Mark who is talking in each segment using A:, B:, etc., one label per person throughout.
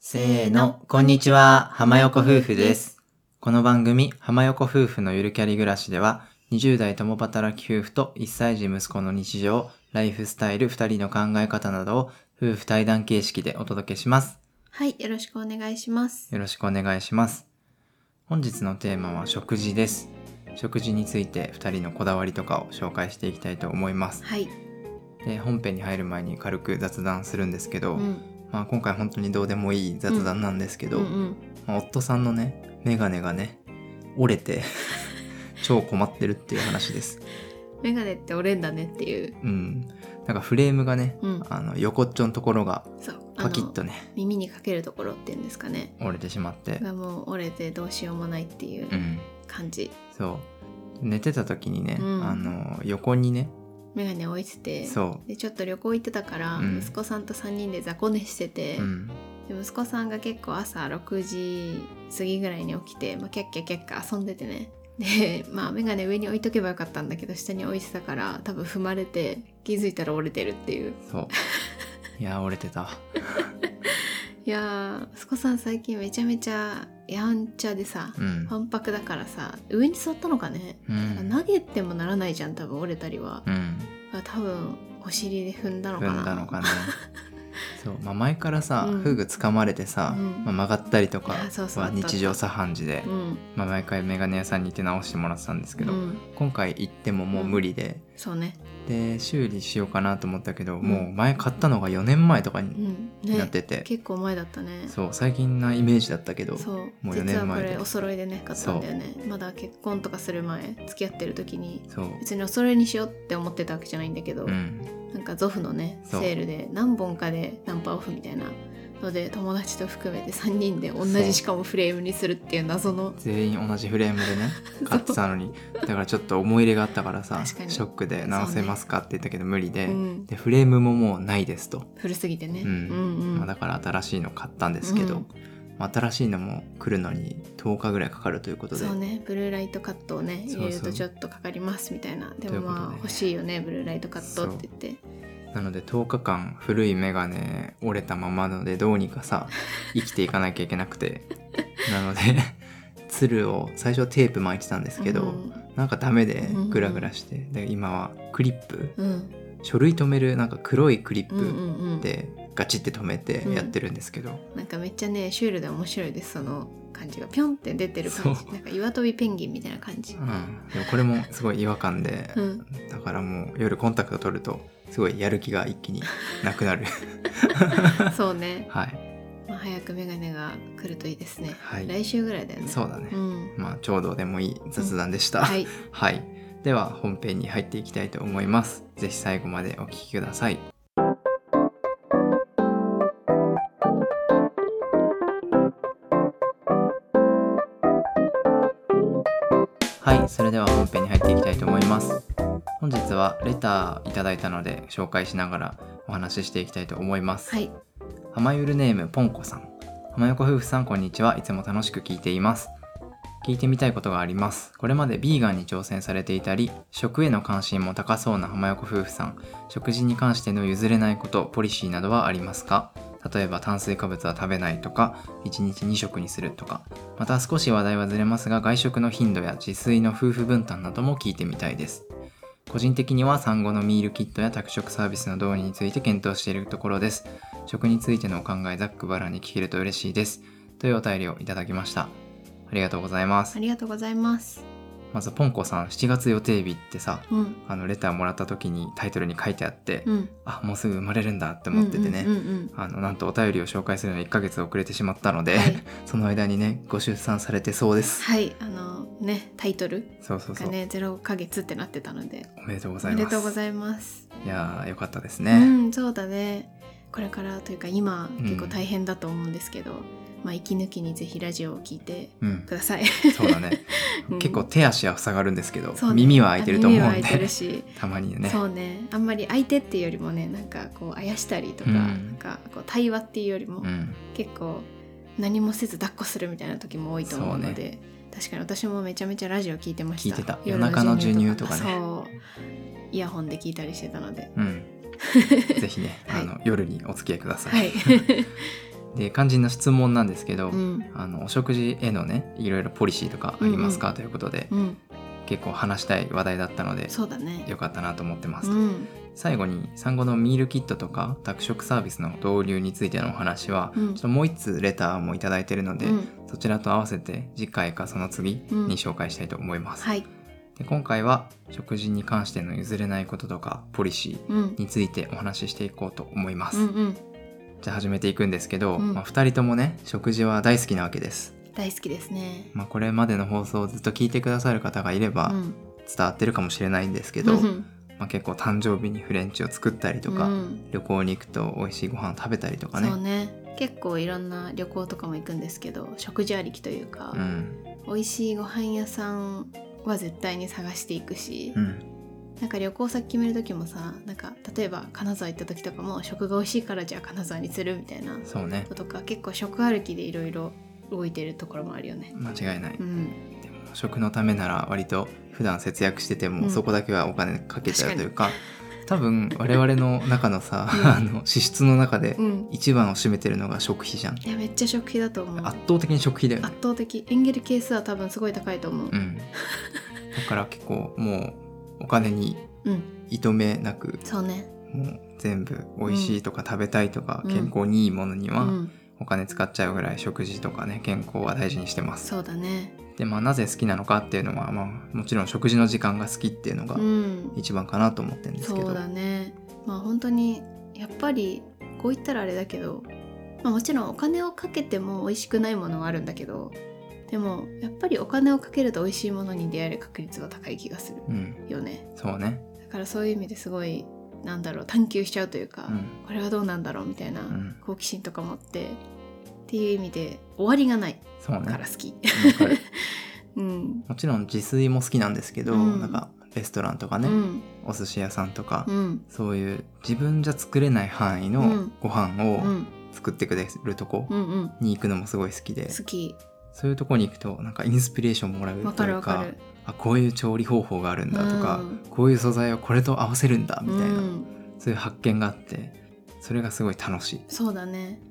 A: せーの、こんにちは、浜横夫婦です。この番組、浜横夫婦のゆるキャリ暮らしでは、20代共働き夫婦と1歳児息子の日常、ライフスタイル、2人の考え方などを夫婦対談形式でお届けします。
B: はい、よろしくお願いします。
A: よろしくお願いします。本日のテーマは食事です。食事について2人のこだわりとかを紹介していきたいと思います。
B: はい、
A: で本編に入る前に軽く雑談するんですけど、
B: うん、
A: まあ、今回本当にどうでもいい雑談なんですけ
B: う
A: ど、
B: んうん、
A: まあ夫さんのねメガネがね折れて 超困ってるっていう話です。
B: メガネって折れんだねっていう、
A: うん、なんかフレームがね
B: うん、
A: あの横っちょのところが
B: そう、あ
A: パキッ
B: の
A: とね
B: 耳にかけるところっていうんですかね、
A: 折れてしまって、
B: がもう折れてどうしようもないっていう
A: うん、
B: 感じ。
A: そう寝てた時にね、
B: うん
A: あの横にね
B: メガネ置いてて、
A: そ
B: でちょっと旅行行ってたから、
A: うん
B: 息子さんと3人で雑魚寝してて、
A: う、うん、
B: で息子さんが結構朝6時過ぎぐらいに起きて、まあ、キャッキャキャッキャ遊んでてねでまあメガネ上に置いとけばよかったんだけど下に置いてたから多分踏まれて気づいたら折れてるっていう
A: そういや折れてた
B: いやー息子さん最近めちゃめちゃやんちゃでさ
A: うん、
B: 反白だからさ上に座ったのかね、
A: う
B: 投
A: ん
B: げてもならないじゃん多分折れたりは、
A: うん、
B: 多分お尻で踏んだのか
A: 踏
B: なん
A: だの かなそう、まあ、前からさ、
B: うん
A: フグ掴まれてさ、
B: うん
A: まあ、曲がったりとか
B: あそうそうあ
A: は
B: ったあった
A: 日常茶飯事で、
B: うん
A: まあ、毎回メガネ屋さんに行って直してもらってたんですけど、
B: うん、
A: 今回行ってももう無理で、
B: そうね
A: で修理しようかなと思ったけど、
B: ん
A: もう前買ったのが4年前とか
B: う
A: に
B: ん
A: なっ
B: ね
A: てて、
B: 結構前だったね
A: そう最近なイメージだったけど
B: そう
A: もう四
B: 実
A: 年
B: はこ
A: 前で
B: れお揃いでね買ったんだよねまだ結婚とかする前付き合ってる時に
A: そう
B: 別にお揃いにしようって思ってたわけじゃないんだけど、
A: うん
B: なんかゾフのねセ
A: そう
B: ールで何本かでナンパオフみたいなので友達と含めて3人で
A: そ
B: 同
A: う
B: じしかもフレームにするっていう謎の
A: 全員同じフレームでね
B: そう
A: 買ってたのにだからちょっと思い入れがあったからさシ
B: 確かに
A: ョックで直せますかって言ったけど無理で,、
B: うん
A: でフレームももうないですと、
B: 古すぎてね、
A: うん
B: うん
A: まあ、だから新しいの買ったんですけど、
B: うん
A: まあ新しいのも来るのに10日ぐらいかかるということで
B: そうねブルーライトカットをね
A: そうそう
B: 入れるとちょっとかかりますみたいなで
A: という
B: も
A: ことで
B: まあ欲しいよねブルーライトカットって言って
A: なので10日間古いメガネ折れたままなのでどうにか さ生きていかなきゃいけなくてなので つるを最初はテープ巻いてたんですけど、
B: うん
A: なんかダメで
B: うんうん
A: グラグラして、で今はクリップ
B: うん
A: 書類留めるなんか黒いクリッ
B: うんう
A: プ
B: んうん
A: でガチって留めてやってるんですけど、
B: なんかめっちゃねシュールで面白いですその感じがピョンって出てる感じ
A: そう
B: なんか岩飛びペンギンみたいな感じ、
A: うんでもこれもすごい違和感で、
B: うん、
A: だからもう夜コンタクト取るとすごいやる気が一気になく なる
B: そうね、
A: はい
B: まあ、早くメガネが来るといいですね、
A: はい
B: 来週ぐらいだよね
A: そうだね、
B: うん、
A: まあちょうどでもいい雑談でした、
B: はい
A: はい。では本編に入っていきたいと思います。ぜひ最後までお聞きください。はい、それでは本編に入っていきたいと思います。本日はレターいただいたので紹介しながらお話ししていきたいと思います。
B: はい
A: 浜ゆるネームぽんこさん浜横夫婦さんこんにちはいつも楽しく聞いています聞いてみたいことがありますこれまでビーガンに挑戦されていたり食への関心も高そうな浜横夫婦さん食事に関しての譲れないことポリシーなどはありますか例えば炭水化物は食べないとか1日2食にするとかまた少し話題はずれますが外食の頻度や自炊の夫婦分担なども聞いてみたいです個人的には産後のミールキットや宅食サービスの導入について検討しているところです食についてのお考えざっくばらんに聞けると嬉しいですというお便りをいただきましたありがとうございます
B: ありがとうございます
A: まずポンコさん7月予定日ってさ
B: うん
A: あのレターもらった時にタイトルに書いてあって、
B: うん
A: あもうすぐ生まれるんだって思っててね、
B: うんうん
A: あのなんとお便りを紹介するのに1ヶ月遅れてしまったので、
B: はい
A: その間にねご出産されてそうです
B: はいあのねタイトル
A: そうそうそ
B: が
A: う、
B: ね「0ヶ月」ってなってたので
A: おめでとうご
B: お
A: ざい
B: めで
A: ます
B: とうございます
A: いやーよかったです
B: う
A: ね、
B: んそうだねこれからというか今
A: うん
B: 結構大変だと思うんですけど、まあ息抜きにぜひラジオを聞いて
A: うん
B: ください
A: そうだね、
B: うん
A: 結構手足は塞がるんですけど、
B: そうね
A: 耳は開いてると思う
B: あ耳
A: ん
B: は開いてる
A: で
B: し、
A: たまにね
B: そうねあんまり相手っていうよりもねなんかこうあやしたりとか,、
A: うん
B: なんかこう対話っていうよりも、
A: うん
B: 結構何もせず抱っこするみたいな時も多いと思うので確かに私もめちゃめちゃラジオ聞いてました
A: 聞いてた
B: 夜
A: 夜中の授乳とかね
B: そうイヤホンで聞いたり してたので
A: うん、ぜひね、
B: はい
A: あの夜にお付き合いください。
B: はい
A: で肝心の質問なんですけど、
B: うん
A: あのお食事へのねいろいろポリシーとかありますか、ということで
B: うん
A: 結構話したい話題だったので
B: そうだね
A: よかったなと思ってます、
B: うん
A: 最後に産後のミールキットとか宅食サービスの導入についてのお話は、
B: うん
A: ちょっともう一通レターもいただいてるので、
B: うん
A: そちらと合わせて次回かその次
B: うん
A: に紹介したいと思います、
B: はい
A: で今回は食事に関しての譲れないこととかポリシ
B: うん
A: ーについてお話ししていこうと思います、
B: うんうん
A: じゃあ始めていくんですけど、
B: うん
A: まあ、2人ともね食事は大好きなわけです、
B: 大好きですね
A: まあ、これまでの放送をずっと聞いてくださる方がいれば
B: うん
A: 伝わってるかもしれないんですけど、
B: うん
A: まあ、結構誕生日にフレンチを作ったりとか、
B: うん
A: 旅行に行くと美味しいご飯を食べたりとかね
B: そうね結構いろんな旅行とかも行くんですけど食事ありきというか、
A: うん
B: 美味しいご飯屋さんは絶対に探していくし、
A: うん
B: なんか旅行先決める時もさなんか例えば金沢行った時とかも食が美味しいからじゃあ金沢にするみたいな
A: そうね
B: とか結構食歩きでいろいろ動いてるところもあるよね。
A: 間違いない、
B: うん、
A: でも食のためなら割と普段節約してて
B: う
A: も
B: ん
A: そこだけはお金かけちゃう
B: 確かに
A: というか,、多分我々の中のさ、
B: うん
A: あの支出の中で
B: うん、
A: 一番を占めてるのが食費じゃん
B: いやめっちゃ食費だと思う
A: 圧倒的に食費だよね
B: 圧倒的エンゲル係数は多分すごい高いと思う
A: う、んだから結構もうお金に
B: うん、
A: 糸目なく
B: そうね、
A: もう全部美味しいとか食べたいとか、
B: うん
A: 健康にいいものに
B: う
A: は
B: ん、
A: お金使っちゃうぐらい食事とかね健康は大事にしてます
B: そうだね
A: でまあなぜ好きなのかっていうのは、まあ、もちろん食事の時間が好きっていうのが
B: うん
A: 一番かなと思ってるんですけど、
B: そうだねまあ本当にやっぱりこう言ったらあれだけど、まあ、もちろんお金をかけても美味しくないものはあるんだけどでもやっぱりお金をかけると美味しいものに出会える確率は高い気がする
A: うん
B: よね
A: そうね
B: だからそういう意味ですごいなんだろう探求しちゃうというか、
A: うん
B: これはどうなんだろうみたいな
A: うん
B: 好奇心とか持ってっていう意味で終わりがない
A: そうね
B: か
A: わ
B: ら 好き、
A: かる
B: うん
A: もちろん自炊も好きなんですけど、
B: うん
A: なんかレストランとか
B: う
A: ね、
B: ん
A: お寿司屋さんとか、
B: うん
A: そういう自分じゃ作れない範囲
B: う
A: の
B: ん
A: ご飯
B: う
A: を
B: ん
A: 作ってくれるとこ
B: うんうん
A: に行くのもすごい好きで、
B: 好き
A: そういうとこに行くとなんかインスピレーションもらえる
B: わ
A: と
B: か
A: い
B: る
A: う
B: わか
A: か
B: る
A: あこういう調理方法があるんだとか、
B: うん
A: こういう素材をこれと合わせるんだみたいな、
B: うん、
A: そういう発見があってそれがすごい楽しい、
B: そうだね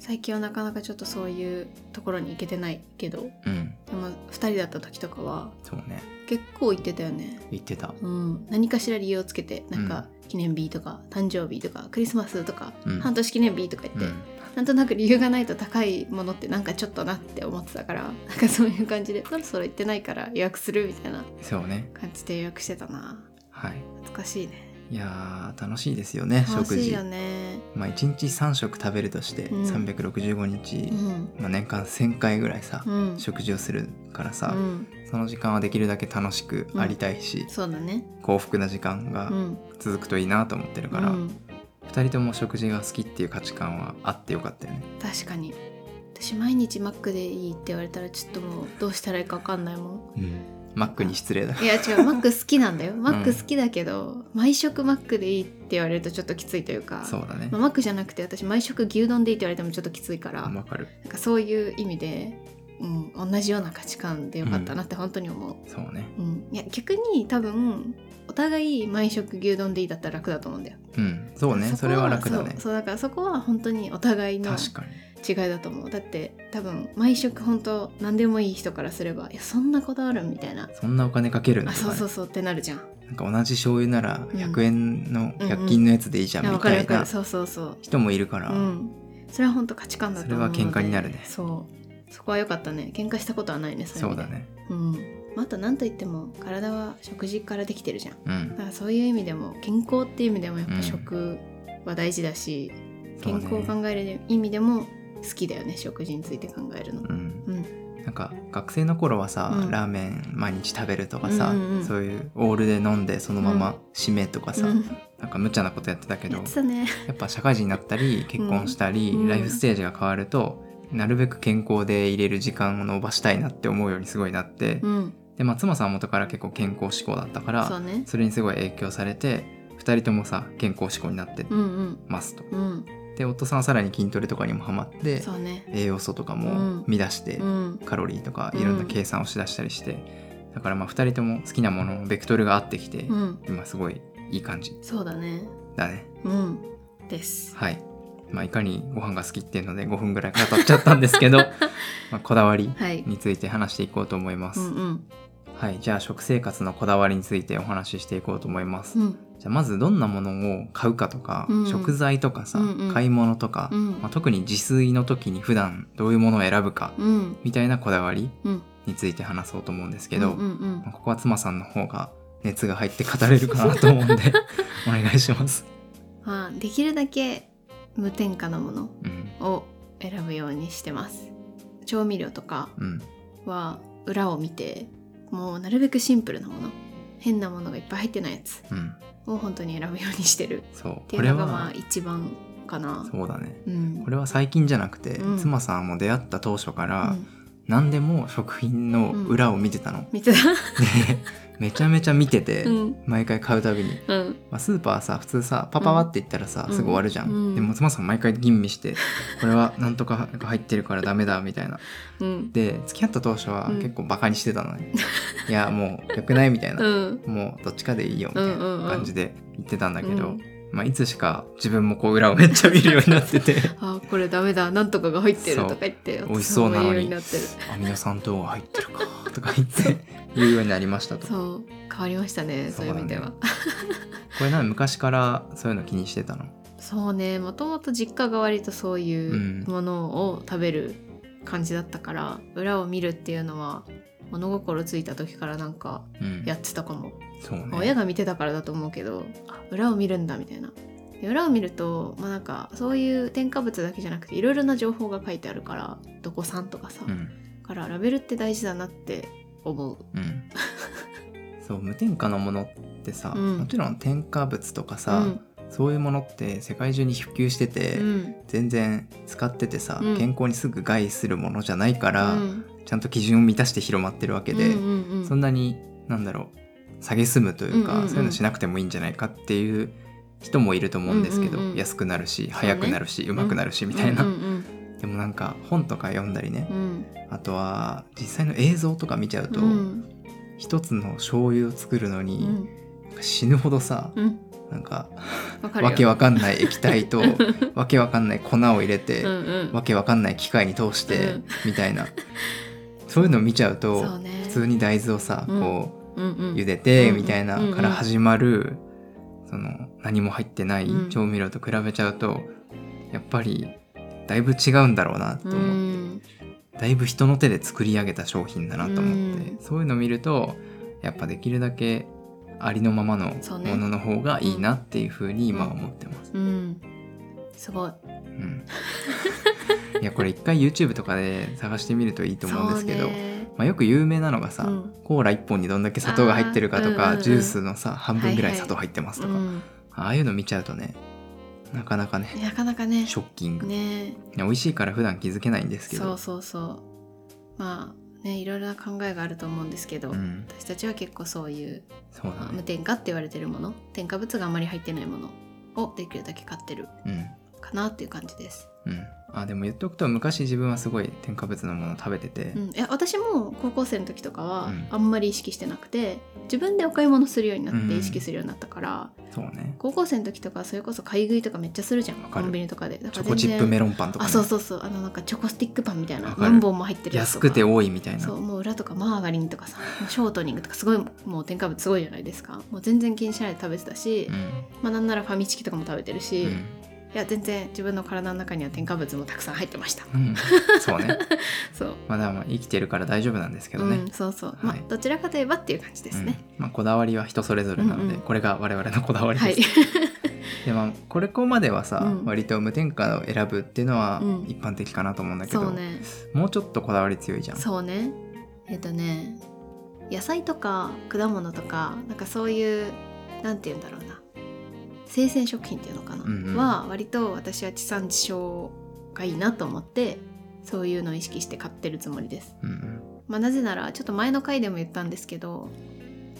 B: 最近はなかなかちょっとそういうところに行けてないけど
A: うん、
B: でも2人だった時とかは
A: そうね
B: 結構行ってたよね
A: 言ってた
B: うん、何かしら理由をつけてなんか記念日とか誕生日とかクリスマスとか、
A: うん
B: 半年記念日とか言って、
A: うん
B: なんとなく理由がないと高いものってなんかちょっとなって思ってたからなんかそういう感じでそろそろ行ってないから予約するみたいな
A: そうね
B: 感じで予約してたな
A: はい
B: 懐かしいね
A: いやー楽しいですよね
B: 楽
A: 食
B: しい
A: 事
B: よね
A: まあ1日3食食べるとして、
B: うん
A: 365日
B: う、ん
A: まあ、年間1,000回ぐらいさ、
B: うん
A: 食事をするからさ、
B: うん
A: その時間はできるだけ楽しくありたいし、
B: そうだね
A: 幸福な時間が
B: うん
A: 続くといいなと思ってるから、
B: うん
A: 2人とも食事が好きっていう価値観はあってよかったよね
B: 確かに私毎日マックでいいって言われたらちょっともうどうしたらいいか分かんないもん
A: マックに失礼だ
B: いや違うマック好きなんだよマック好きだけど、毎食マックでいいって言われるとちょっときついというか
A: そうだね
B: まあマックじゃなくて私毎食牛丼でいいって言われてもちょっときついから、
A: わかる
B: なんかそういう意味で、うん、同じような価値観でよかったなって本当に思う、
A: そうね
B: うんいや逆に多分お互い毎食牛丼でいいだったら楽だと思うんだよ
A: うんそうね
B: こ
A: それは楽だね
B: そうそうだからそこは本当にお互いの
A: 確かに
B: 違いだと思うだって多分毎食本当何でもいい人からすればいやそんなこだわるんみたいな
A: そんなお金かけるんだ
B: あ
A: と
B: そう
A: かね
B: そうそうってなるじゃん
A: なんか同じ醤油なら
B: うん
A: 100円の
B: うん
A: 100均のやつでいいじゃ
B: いや
A: んみ
B: わかる
A: た
B: わ
A: い
B: かる
A: な
B: そうそうそう
A: 人もいるから、
B: うんそれは本当価値観だと思うので
A: それは喧嘩になるね
B: そうそこは良かったね喧嘩したことはないねそうい
A: そうう
B: 意味
A: だ
B: で
A: ね
B: うんまああと何といっても体は食事からできてるじゃん
A: うん
B: だからそういう意味でも健康っていう意味でもやっぱ食は大事だし、健康を
A: そうね
B: 考える意味でも好きだよね食事について考えるの
A: うん
B: うん
A: なんか学生の頃はさ、
B: うん
A: ラーメン毎日食べるとかさ、
B: うんうんうん
A: そういうオールで飲んでそのま
B: うん
A: ま締めとかさ、
B: うん
A: なんか無茶なことやってたけど
B: やってたね
A: やっぱ社会人になったり結婚したり、
B: うん
A: ライフステージが変わるとなるべく健康でいれる時間を延ばしたいなって思うようにすごいなって、
B: うん
A: でまあ妻さんは元から結構健康志向だったから
B: そうね
A: それにすごい影響されて2人ともさ健康志向になって
B: うんうん
A: ますと。
B: うん
A: で夫さんはさらに筋トレとかにもハマって
B: そうね
A: 栄養素とかも乱して、
B: うん
A: カロリーとか
B: うん
A: いろんな計算をしだしたりして、だからまあ2人とも好きなもののベクトルが合ってきて、
B: うん
A: 今すごいいい感じ
B: そうだね
A: だね
B: うんです
A: はいまあ、いかにご飯が好きっていうので5分ぐらい語っちゃったんです けどまあこだわり
B: はい。
A: について話していこうと思いま
B: う
A: す、
B: んうん。
A: はいじゃあ食生活のこだわりについてお話ししていこうと思います、
B: うん
A: じゃあまずどんなものを買うかとか、
B: うん
A: 食材とかさ、
B: うんうん
A: 買い物とか、
B: うん
A: まあ、特に自炊の時に普段どういうものを選ぶか
B: うん
A: みたいなこだわり
B: うん。
A: について話そうと思うんですけど、
B: うんうんうん
A: まあここは妻さんの方が熱が入って語れるかなと思 うんでお願いします。
B: まあできるだけ無添加のもの
A: うん
B: を選ぶようにしてます。調味料とか
A: うん
B: は裏を見て、もうなるべくシンプルなもの、変なものがいっぱい入ってないやつ
A: うん、
B: を本当に選ぶようにしてる。
A: そ
B: っ
A: う
B: て
A: こ
B: いう
A: れ
B: のがまあ
A: は
B: 一番かな。
A: そうだね
B: うん。
A: これは最近じゃなくて、
B: うん
A: 妻さんも出会った当初か
B: う
A: ら
B: ん
A: 何でも食品の裏を見てたの、
B: 見てた。
A: でめちゃめちゃ見てて、
B: うん
A: 毎回買うたびに、
B: うん。
A: まあ、スーパーさ普通さパパワって言ったらさ、
B: うん
A: すぐ終わるじゃん、
B: うん
A: でも妻さん毎回吟味してこれはなんとかが入ってるからダメだみたいな
B: うん。
A: で付き合った当初は
B: うん
A: 結構バカにしてたのね、いやもうよくないみたいな、
B: うん。
A: もうどっちかでいいよみたいな感じで言ってたんだけど、
B: うん
A: まあ、いつしか自分もこう裏をめっちゃ見るようになってて
B: あこれダメだなんとかが入ってる
A: そう
B: とか言って
A: 美味しそうなのに
B: 私も言うよになってる
A: アミノ酸等が入ってるか とか言って言うようになりましたとこ
B: そう変わりましたねそういう意味では
A: れなんか昔からそういうの気にしてたの
B: そうねもともと実家が割とそういうんうものを食べる感じだったから、裏を見るっていうのは物心ついた時からなんか
A: うん
B: やってたかも、
A: そう
B: まあ親
A: ね
B: が見てたからだと思うけどあ裏を見るんだみたいなで裏を見るとまあなんかそういう添加物だけじゃなくていろいろな情報が書いてあるからどこさんとかさ、
A: うん
B: からラベルって大事だなって思う
A: うん そう無添加のものってさ、
B: うん
A: もちろん添加物とかさ、そういうものって世界中に普及してて、
B: うんうん
A: 全然使っててさ、
B: うん
A: 健康にすぐ害するものじゃないから、
B: うん
A: ちゃんと基準を満たして広まってるわけで、
B: うんうんうん
A: そんなになんだろう下げすむというか、
B: うんうんうん
A: そういうのしなくてもいいんじゃないかっていう人もいると思うんですけど、
B: うんうんうん
A: 安くなるし
B: ね
A: 早くなるし、うまくなるしみたいな、
B: うんうん
A: でもなんか本とか読んだりね
B: う、ん
A: あとは実際の映像とか見ちゃうと、
B: うん
A: 一つの醤油を作るの
B: う
A: に、
B: ん
A: 死ぬほどさ、
B: うん
A: なんか
B: わかるよ
A: わけわかんない液体とわけわかんない粉を入れて、
B: うんうん
A: わけわかんない機械に通して、
B: うん
A: みたいなそういうの見ちゃうと
B: そうね
A: 普通に大豆をさ、
B: うん
A: こう
B: うんうん
A: 茹
B: で
A: でて、
B: うん
A: みたいな
B: うん
A: から始まる、その何も入ってない
B: うん
A: 調味料と比べちゃうと、やっぱりだいぶ違うんだろうなと
B: う
A: 思って、
B: ん
A: だいぶ人の手で作り上げた商品だなと思って、
B: うん
A: そういうの見るとやっぱできるだけありのままの
B: そうね
A: ものの方がいいなっていうふうに今は思ってます。
B: うんすごい
A: うん、いやこれ一回 YouTube とかで探してみるといいと思うんですけど、
B: そうね
A: まあ、よく有名なのがさ、
B: うん
A: コーラ1本にどんだけ砂糖が入ってるかと
B: あー
A: か、
B: うんうんうん
A: ジュースのさ半分ぐら
B: はいはいい
A: 砂糖入ってますと
B: う
A: か、
B: ん
A: ああいうの見ちゃうとねなかなかね
B: なかなかね
A: ショッキング、
B: ね
A: いや美味しいから普段気づけないんですけ
B: そ
A: ど
B: うそうそうまあねいろいろな考えがあると思うんですけど
A: うん、
B: 私たちは結構そういう
A: そう
B: ま
A: だ
B: あ無
A: ね、
B: 添加って言われてるもの添加物があんまり入ってないものをできるだけ買ってるかなっていう感じです。
A: うんうん、あでも言っとくと昔自分はすごい添加物のものを食べてて
B: う、ん、いや私も高校生の時とかは
A: うん
B: あんまり意識してなくて自分でお買い物するようにな
A: う
B: っ
A: んう
B: て
A: ん
B: 意識するようになったから、
A: そうね
B: 高校生の時とかそれこそ買い食いとかめっちゃするじゃん
A: わ
B: コ
A: かる
B: ンビニとかでだ
A: チ
B: から
A: ョコチップメロンパンとか、
B: あ
A: ね、
B: そうそうそうあのなんかチョコスティックパンみたいな
A: わかる
B: 何本も入ってるや
A: 安
B: つとか
A: くて多いみたいな
B: そうもう裏とかマーガリンとかさもうショートニングとかすごいもう添加物すごいじゃないですかもう全然気にしないで食べてたし、
A: うん
B: まあなんならファミチキとかも食べてる
A: う
B: し、い
A: ん
B: や全然自分の体の中には添加物もたくさん入ってました
A: うん、そうね
B: そう、
A: まあでも生きてるから大丈夫なんですけど
B: う
A: ね、
B: んそうそう、まあ
A: はい
B: どちらかといえばっていう感じですね、
A: うんまあ、こだわりは人それぞれなので、
B: うんうん
A: これが我々のこだわり
B: は
A: で
B: い
A: す、。でまあこれこまではさ、
B: うん
A: 割と無添加を選ぶっていうのは
B: うん
A: 一般的かなと思うんだけど、
B: そうね。
A: もうちょっとこだわり強いじゃん
B: そうね。えっとね、野菜とか果物とかなんかそういうなんて言うんだろうな、生鮮食品っていうのかな、
A: うんうん
B: は割と私は地産地消がいいなと思って。そういうのを意識して買ってるつもりです、
A: うんうん
B: まあ、なぜならちょっと前の回でも言ったんですけど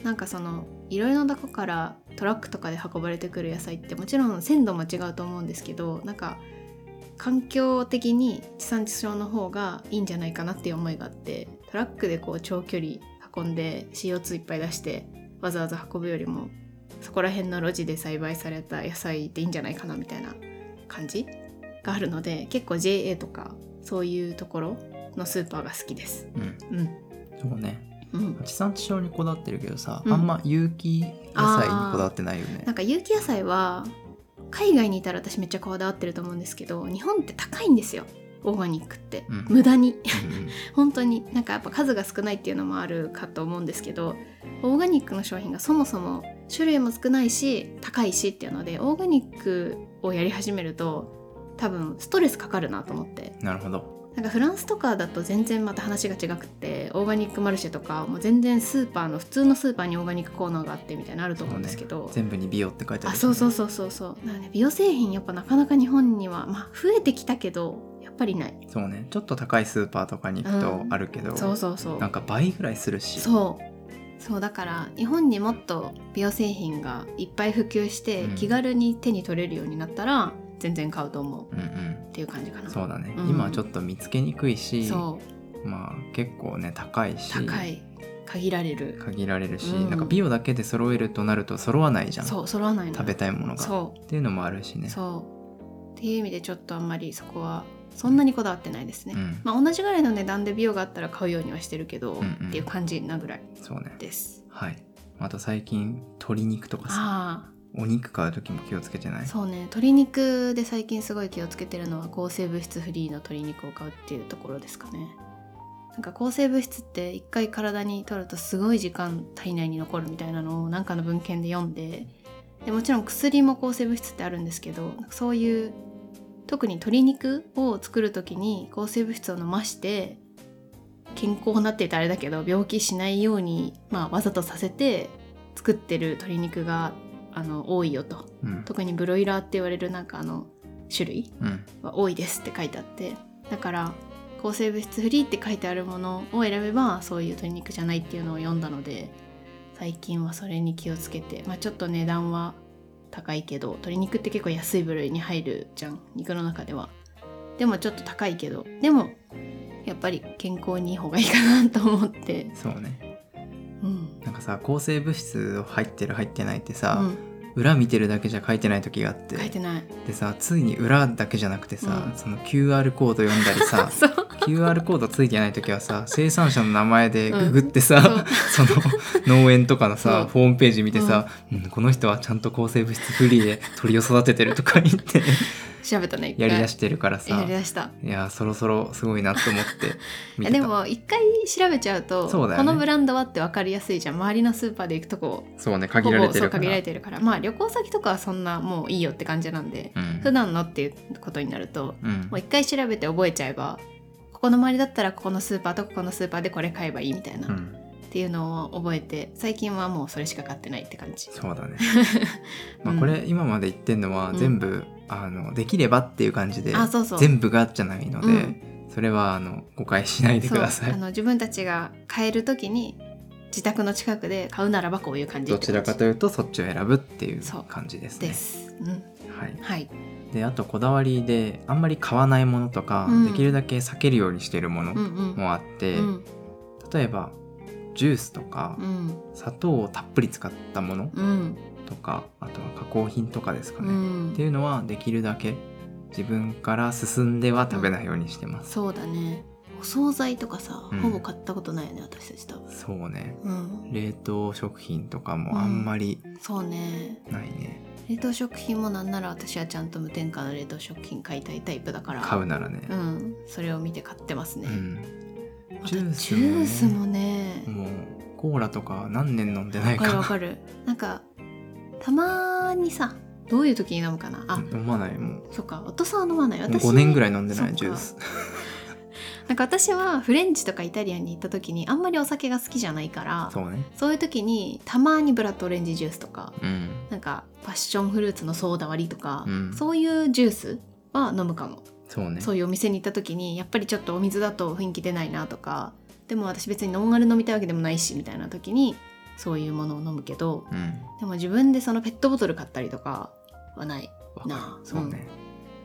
B: なんかそのいろいろなとこからトラックとかで運ばれてくる野菜ってもちろん鮮度も違うと思うんですけどなんか環境的に地産地消の方がいいんじゃないかなっていう思いがあってトラックでこう長距離運んで CO2 いっぱい出してわざわざ運ぶよりもそこら辺の路地で栽培された野菜でいいんじゃないかなみたいな感じがあるので結構 JA とかそういうところのスーパーが好きです
A: うん
B: うん
A: そうね
B: うん
A: 地産地消にこだわってるけどさ、
B: うん
A: あんま有機野菜にこだわってないよね
B: なんか有機野菜は海外にいたら私めっちゃこだわってると思うんですけど日本って高いんですよオーガニックって、
A: うん
B: 無駄
A: うん
B: に
A: うん
B: 本当になんかやっぱ数が少ないっていうのもあるかと思うんですけどオーガニックの商品がそもそも種類も少ないし高いしっていうのでオーガニックをやり始めると多分ストレスかかるなと思って
A: なるほど
B: なんかフランスとかだと全然また話が違くってオーガニックマルシェとかもう全然スーパーの普通のスーパーにオーガニックコーナーがあってみたいなのあると思うんですけど、
A: 全部に美容って書いてある、
B: あそうそうそうそうそうなので美容製品やっぱなかなか日本にはまあ増えてきたけどやっぱりない
A: そうねちょっと高いスーパーとかに行くとあるけど、
B: そうそうそう
A: なんか倍ぐらいするし
B: そうそうだから日本にもっと美容製品がいっぱい普及して
A: うん
B: 気軽に手に取れるようになったら全然買うと思う
A: うんうん
B: っていう感じかな
A: そうだね、
B: うん
A: 今はちょっと見つけにくいし
B: そう
A: まあ結構ね高いし
B: 高い限られる
A: 限られるし、
B: うん
A: なんか美容だけで揃えるとなると揃わないじゃん
B: そう揃わないの
A: 食べたいものがっ
B: そ
A: ていうのもあるし
B: う
A: ね
B: そうっていう意味でちょっとあんまりそこはそんなにこだわってないですね、
A: うん
B: まあ同じぐらいの値段で美容があったら買うようにはしてるけど、
A: うんうん
B: っていう感じなぐらい
A: そうね
B: です
A: はいあと最近鶏肉とかさ
B: ああ
A: お肉買う時も気をつけてない
B: そうね鶏肉で最近すごい気をつけてるのは抗生物質フリーの鶏肉を買うっていうところですかねなんか抗生物質って一回体に取るとすごい時間体内に残るみたいなのをなんかの文献で読んででもちろん薬も抗生物質ってあるんですけどなんかそういう特に鶏肉を作る時に抗生物質を飲まして健康なって言ったらあれだけど病気しないように、まあ、わざとさせて作ってる鶏肉があの多いよと
A: うん
B: 特にブロイラーって言われるなんかあの種類
A: うん
B: は多いですって書いてあってだから抗生物質フリーって書いてあるものを選べばそういう鶏肉じゃないっていうのを読んだので最近はそれに気をつけてまあちょっと値段は高いけど鶏肉って結構安い部類に入るじゃん肉の中ではでもちょっと高いけどでもやっぱり健康にいい方がいいかなと思って
A: そうね
B: うん、
A: なんかさ抗生物質入ってる入ってないってさ、
B: うん、
A: 裏見てるだけじゃ書いてない時があって
B: 書いてない
A: でさついに裏だけじゃなくてさ、
B: うん
A: その QR コード読んだりさ
B: そう
A: QR コードついてない時はさ生産者の名前でググってさ
B: そう、
A: その農園とかのさ
B: そう
A: ホームページ見てさ、うんこの人はちゃんと抗生物質フリーで鳥を育ててるとか言って
B: 調べたね一
A: や
B: 回
A: りだしてるからさ
B: やりだした
A: いやーそろそろすごいなと思って見 てた
B: でも一回調べちゃうと
A: そうだよ
B: こ
A: ね
B: のブランドはって分かりやすいじゃん周りのスーパーで行くとこ
A: そうね
B: ほぼ
A: 限られて
B: そう
A: るから
B: 限られてるからまあ旅行先とかはそんなもういいよって感じなんで、
A: うん
B: 普段のっていうことになると
A: うん
B: もう一回調べて覚えちゃえばここの周りだったらここのスーパーとここのスーパーでこれ買えばいいみたいな、
A: う
B: っ
A: ん
B: ていうのを覚えて最近はもうそれしか買ってないって感じ。
A: そうだねまあこれ今まで言ってんのは
B: うん
A: 全部、あのできればっていう感じで
B: あそうそう
A: 全部がじゃないので、
B: うん
A: それはあの誤解しないでくださ
B: そうあ
A: い。
B: の自分たちが買える時に自宅の近くで買うならばこういう感 じ
A: どちらかと
B: いう
A: いうとそっちを選ぶっていう
B: そう
A: 感じですね
B: で。す、うん、
A: はい、
B: はい
A: であとこだわりであんまり買わないものとか、
B: うん
A: できるだけ避けるようにしているもの
B: うんうん
A: もあって、
B: うん
A: 例えばジュースとか、
B: うん
A: 砂糖をたっぷり使ったもの
B: うん
A: とかあとは加工品とかですかね。
B: うん
A: っていうのはできるだけ自分から進んでは食べないようにしてます、
B: そうだねお惣菜とかさ、
A: うん
B: ほぼ買ったことないよね私たち多分
A: そうね
B: うん
A: 冷凍食品とかもあんまり
B: そうね
A: ないね、
B: 冷凍食品もなんなら私はちゃんと無添加の冷凍食品買いたいタイプだから
A: 買うならね、
B: うんそれを見て買ってますね、
A: うん
B: また
A: ジ
B: ジ
A: ュ
B: ュ
A: ースもね
B: ースも
A: も
B: ね
A: うコーラとか何年飲んでない
B: わかるわ
A: か
B: かるなんかたまにさどういう時に飲むかなあ、
A: 飲まないも
B: そっかお父さんは飲まないう
A: もう
B: 私
A: 5年ぐらい飲んでな
B: そっ
A: い
B: か
A: ジュース
B: なんか私はフレンチとかイタリアンに行った時にあんまりお酒が好きじゃないから
A: そうね
B: そういう時にたまにブラッドオレンジジュースとか
A: うん
B: なんかパッションフルーツのソーダ割りとか、
A: うん
B: そういうジュースは飲むかも、
A: そうね
B: そういうお店に行った時にやっぱりちょっとお水だと雰囲気出ないなとかでも私別にノンアル飲みたいわけでもないしみたいな時にそういうものを飲むけど
A: うん
B: でも自分でそのペットボトル買ったりとかはない
A: わかる
B: なあ
A: そうね、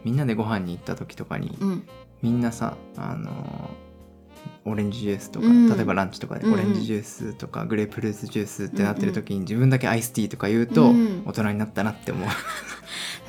A: みんなでご飯に行った時とかに、
B: うん
A: みんなさあのーオレンジジュースとか、
B: うん
A: 例えばランチとかで
B: うんう
A: オ
B: ん
A: レンジジュースとかグレープフルーツジュースってなってる時に自分だけアイスティーとか言うと
B: うん
A: 大人になったなって思う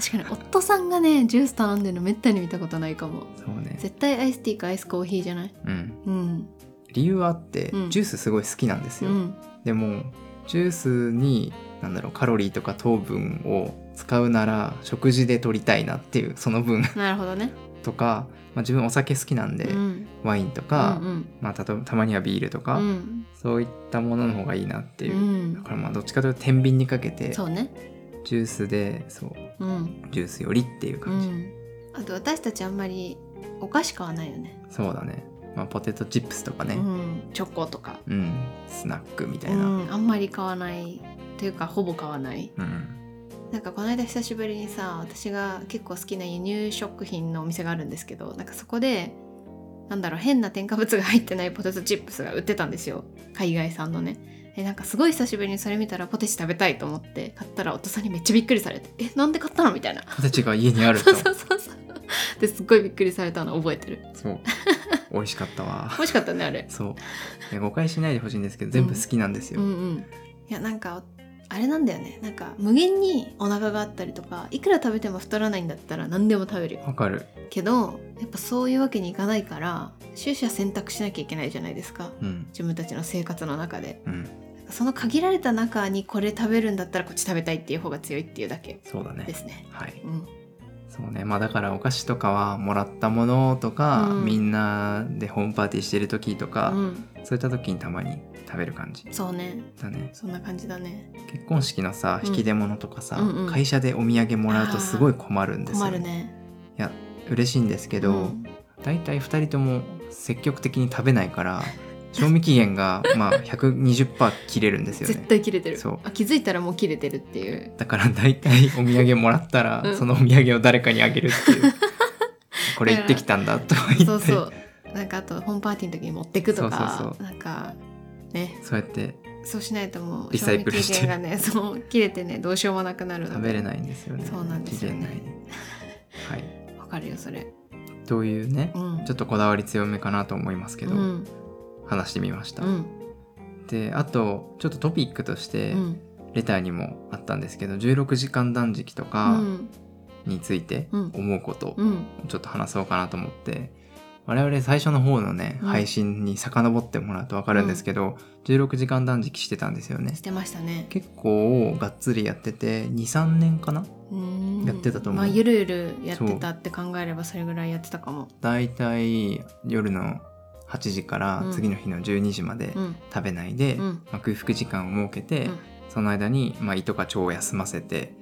B: 確かに夫さんがねジュース頼んでるのめったに見たことないかも
A: そうね、
B: 絶対アイスティーかアイスコーヒーじゃない
A: うん、
B: うん
A: 理由はあって
B: うん
A: ジュースすごい好きなんです
B: う
A: よ、
B: ん
A: でもジュースになんだろうカロリーとか糖分を使うなら食事で取りたいなっていうその分
B: なるほどね
A: とか、まあ、自分お酒好きなんで、
B: うん
A: ワインとか、
B: うんうん
A: まあ、たとたまにはビールとか、
B: うん
A: そういったものの方がいいなっていう、
B: うん
A: だからまあどっちかというと天秤にかけて
B: そうね
A: ジュースでそう
B: うん
A: ジュースよりっていう
B: う
A: 感じ、
B: んあと私たちあんまりお菓子買わないよね
A: そうだね、まあ、ポテトチップスとか
B: う
A: ね、
B: んチョコとか
A: うんスナックみた
B: う
A: いな、うん
B: んあんまり買わないというかほぼ買わないなんかこの間久しぶりにさ私が結構好きな輸入食品のお店があるんですけどなんかそこでなんだろう変な添加物が入ってないポテトチップスが売ってたんですよ海外産のねえなんかすごい久しぶりにそれ見たらポテチ食べたいと思って買ったらお父さんにめっちゃびっくりされて「えなんで買ったの?」みたいな
A: ポテチが家にある
B: そ
A: と
B: う そうそうそうですっごいびっくりされたの覚えてる
A: そう美味しかったわ
B: 美味しかったねあれ
A: そういや誤解しないでほしいんですけど全部好きなんです
B: う
A: よ、
B: んうんいやなんかあれなんだよねなんか無限にお腹があったりとかいくら食べても太らないんだったら何でも食べるよ
A: わかる
B: けどやっぱそういうわけにいかないから取捨選択しなきゃいけないじゃないですか
A: うん
B: 自分たちの生活の中で
A: うん
B: その限られた中にこれ食べるんだったらこっち食べたいっていう方が強いっていうだけ
A: そうだね
B: ですね
A: はい
B: うん
A: そうねまあだからお菓子とかはもらったものとか、
B: うん
A: みんなでホームパーティーしてる時とか、
B: うん
A: そういった時にたまに食べる感じ
B: そうね
A: だね
B: そんな感じだね
A: 結婚式のさ
B: うん
A: 引き出物とかさ、
B: うんうん
A: 会社でお土産もらうとすごい困るんですよ
B: 困るね
A: 嬉しいんですけど、
B: うん
A: 大体2人とも積極的に食べない から賞味期限がまあ120%切れるんですよ
B: 絶
A: ね
B: 対切れてる
A: そう
B: あ気づいたらもう切れてるっていう
A: だから大体お土産もらったら、
B: うん
A: そのお土産を誰かにあげるっていう これ行ってきたんだと言って
B: そ うそうなんかあとホームパーティーの時に持ってくとか
A: そうそうそ
B: なんかね
A: そうやって
B: そうしないともう
A: リサイクル
B: 賞味
A: して
B: 期限がね そう切れてねどうしようもなくなるので
A: 食べれないんですよね
B: そうなんですよね
A: 期限内にはい
B: わかるよそれ
A: というね、
B: うん
A: ちょっとこだわり強めかなと思いますけど、
B: うん
A: 話してみました、
B: うん
A: であとちょっとトピックとして
B: うん
A: レターにもあったんですけど16時間断食と
B: う
A: か
B: ん
A: について
B: うん
A: 思うこと
B: うん
A: をちょっと話そうかなと思って我々最初の方のね
B: うん
A: 配信に遡ってもらうと分かるんですけど16時間断食してたんですよね
B: してましたね
A: 結構がっつりやってて23年かな
B: うん
A: やってたと思う
B: まあゆるゆるやってたって考えればそれぐらいやってたかも
A: だいたい夜の8時から
B: うん
A: 次の日の12時まで
B: うん
A: 食べないで、
B: うん
A: まあ、空腹時間を設けて、
B: うん
A: その間に、まあ、胃とか腸を休ませて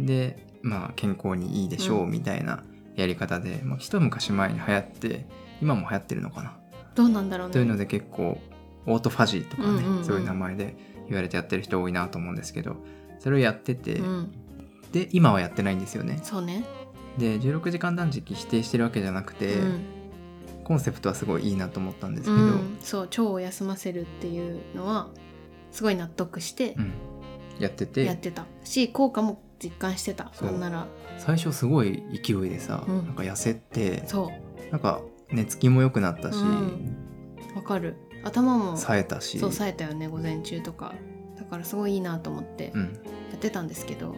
A: で、まあ、健康にいいでしょう
B: う
A: みたいなやり方で、まあ、一昔前に流行って今も流行ってるのかな、
B: どうなんだろうね
A: というので結構オートファジーとかね、
B: うんうんうん
A: そういう名前で言われてやってる人多いなと思うんですけどそれをやってて、
B: うん
A: で今はやってないんですよね。
B: そうね
A: で16時間断食否定してるわけじゃなくて、
B: うん
A: コンセプトはすごいいいなと思ったんですけ
B: う
A: ど、
B: んそう腸を休ませるっていうのはすごい納得して
A: うんやって
B: やっててたし効果も実感してた
A: そう
B: なんなら
A: 最初すごい勢いでさ、
B: うん
A: なんか痩せて
B: そ
A: なんか寝つきも良くなったし、
B: うんうわかる頭もそ
A: 冴えたし
B: う冴えたよね午前中とかだからすごいいいなと思って
A: うん、
B: やってたんですけど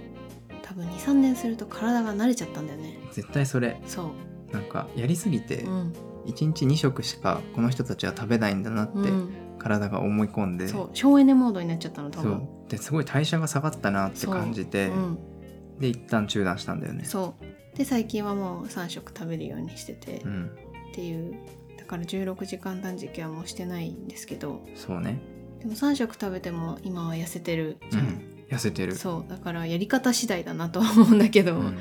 B: 多分23年すると体が慣れちゃったんだよね
A: 絶対それ
B: そ
A: なんかやりすぎて
B: う、うん
A: 1日2食しかこの人たちは食べないんだなって
B: うん、
A: 体が思い込んで、
B: そう省エネモードになっちゃったの多
A: そ
B: 分
A: うですごい代謝が下がったなって感じ
B: う
A: て、
B: ん、
A: で一旦中断したんだよね。
B: そうで最近はもう3食食べるようにしてて、
A: う
B: っ
A: ん、
B: ていうだから16時間断食はもうしてないんですけど
A: そうね、
B: でも3食食べても今は痩せてる
A: う
B: じゃん、
A: ん、痩せてる
B: そうだからやり方次第だなとは思うんだけど、
A: うん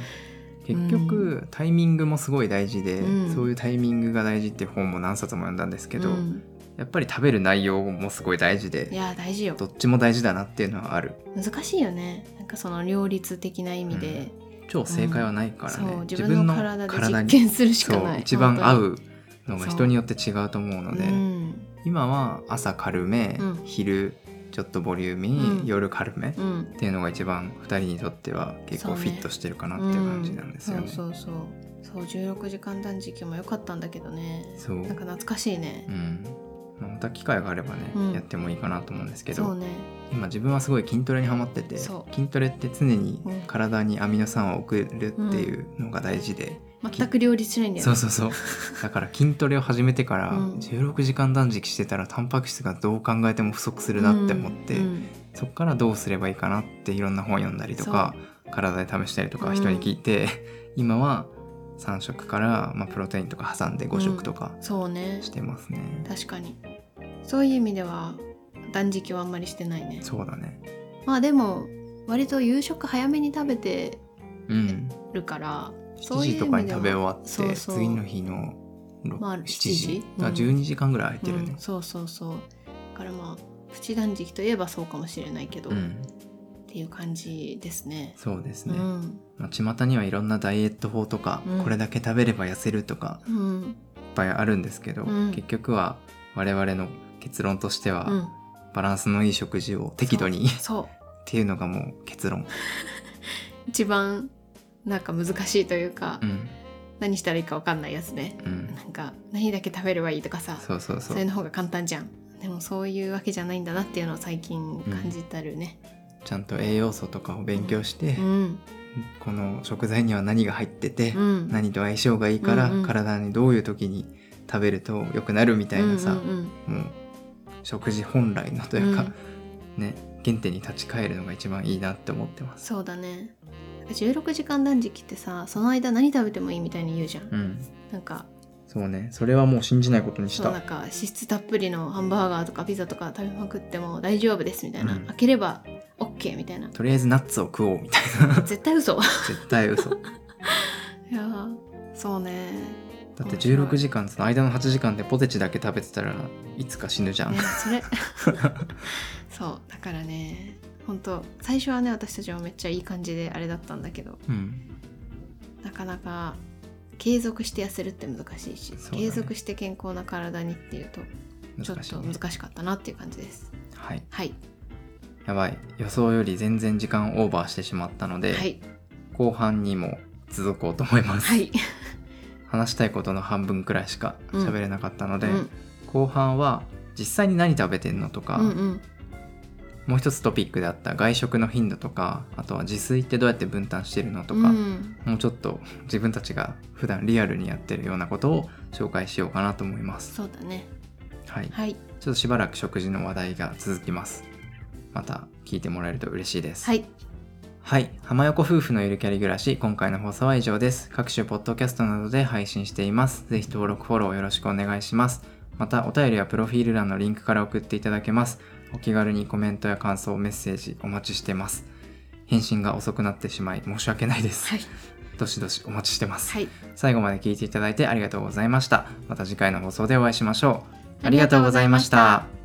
A: 結局、
B: う
A: タイミングもすごい大事で、
B: うん
A: そういうタイミングが大事っていう本も何冊も読んだんですけど、
B: うん
A: やっぱり食べる内容もすごい大事
B: い
A: で
B: や大事よ
A: どっちも大事だなっていうのはある
B: 難しいよねなんかその両立的な意味で、
A: 超正解はないからね、
B: そう自分の体で実
A: に
B: 験するしかな
A: そう
B: い
A: 一番合
B: 本
A: うのが人によって違うと思う
B: 当
A: の
B: に
A: で、
B: うん
A: 今は朝軽め、
B: うん
A: 昼ちょっとボリューミー、
B: うん
A: 夜軽めっ
B: うん、
A: ていうのが一番2人にとっては結構
B: そう
A: フ
B: ね
A: ィットしてるかなっていう感じなんですよね。
B: うんそうそうそうそう16時間断食も良かったんだけどね
A: そう
B: なんか懐かしいね
A: う、んた機会があればね、
B: うん
A: やってもいいかなと思うんですけ
B: そう
A: ど、
B: ね
A: 今自分はすごい筋トレにハマってて筋
B: そう
A: トレって常に
B: うん
A: 体にアミノ酸を送るっていうのが大事で、
B: 全く両立しないんだよ
A: そ
B: ね
A: うそうそうだから筋トレを始めてから
B: うん
A: 16時間断食してたらタンパク質がどう考えても不足するなって思って、
B: うんうん
A: そっからどうすればいいかなっていろんな本読んだりとか体で試したりとか人に聞いて、 今は3食から、まあ、プロテインとか挟んで5食とか
B: そうね
A: してますね、
B: 確かにそういう意味では断食はあんまりしてないね
A: そうだね
B: まあでも割と夕食早めに食べて
A: うん
B: るから
A: 7
B: そうい
A: 時
B: う意味で
A: と
B: は
A: かに食べ終わって
B: そうそう
A: 次の日の6
B: まあ
A: 7
B: 7時
A: 時だから12時間ぐらい空いてる
B: う
A: ね
B: ん、そうそうそうだからまあプチ断食といえばそうかもしれないけど、
A: うん、
B: っていう感じですね
A: そうですね、
B: うん
A: まあ、巷にはいろんなダイエット法とか、
B: うん
A: これだけ食べれば痩せるとか
B: うん
A: いっぱいあるんですけど、
B: うん
A: 結局は我々の結論としては、
B: うん
A: バランスのいい食事を適 度にっ
B: そう
A: ていうのがもう結論、
B: 一番なんか難しいというか、
A: うん
B: 何したらいいか分かんないやつね
A: うん、
B: なんか何だけ食べればいいとかさ
A: そうそう
B: そ
A: そう
B: れの方が簡単じゃんでもそういうわけじゃないんだなっていうのを最近感じたるね
A: ちゃんと栄養素とかを勉強して、
B: うん
A: この食材には何が入ってて、
B: うん
A: 何と相性がいいから、
B: うんうん
A: 体にどういう時に食べると良くなるみたいなさ、
B: うんうんうん
A: もう食事本来のというか、ね原点に立ち返るのが一番いいなって思ってます。
B: そうだね16時間断食ってさその間何食べてもいいみたいに言うじゃん、
A: うん
B: なんか
A: そうねそれはもう信じないことにし
B: そうなん
A: た
B: か脂質たっぷりのハンバーガーとかピザとか食べまくっても大丈夫ですみたいな、
A: うん
B: 開ければ OK みたいな
A: とりあえずナッツを食おうみたいな
B: 絶対 嘘い
A: 絶対嘘だ
B: やーそうね
A: って16時間その間の8時間でポテチだけ食べてたらいつか死ぬじゃん
B: ね、それそうだからね本当最初はね私たちもめっちゃいい感じであれだったんだけど
A: うん
B: なかなか継続して痩せるって難しいし、
A: そうだね
B: 継続して健康な体にっていうとちょっ
A: 難しい、
B: と
A: ね、
B: 難しかったなっていう感じです
A: はい
B: はい
A: やばい予想より全然時間オーバーしてしまったので、
B: はい
A: 後半にも続こうと思います、
B: はい、
A: 話したいことの半分くらいしか喋れなかったの
B: う
A: で、
B: ん、
A: 後半は実際に何食べてんのとか、
B: うんうん
A: もう一つトピックであった外食の頻度とかあとは自炊ってどうやって分担してるのとか、
B: うん
A: もうちょっと自分たちが普段リアルにやってるようなことを紹介しようかなと思います。
B: そうだね
A: はい、ちょ
B: はい
A: っとしばらく食事の話題が続きます。また聞いてもらえると嬉しいです。、
B: はいい
A: はい、浜横夫婦のゆるキャリ暮らし、今回の放送は以上です。各種ポッドキャストなどで配信しています。ぜひ登録フォローよろしくお願いします。またお便りやプロフィール欄のリンクから送っていただけます。お気軽にコメントや感想、メッセージお待ちしてます。返信が遅くなってしまい申し訳ないです。
B: はい
A: どしどしお待ちしてます。
B: はい
A: 最後まで聞いていただいてありがとうございました。また次回の放送でお会いしましょう。ありがとうございました。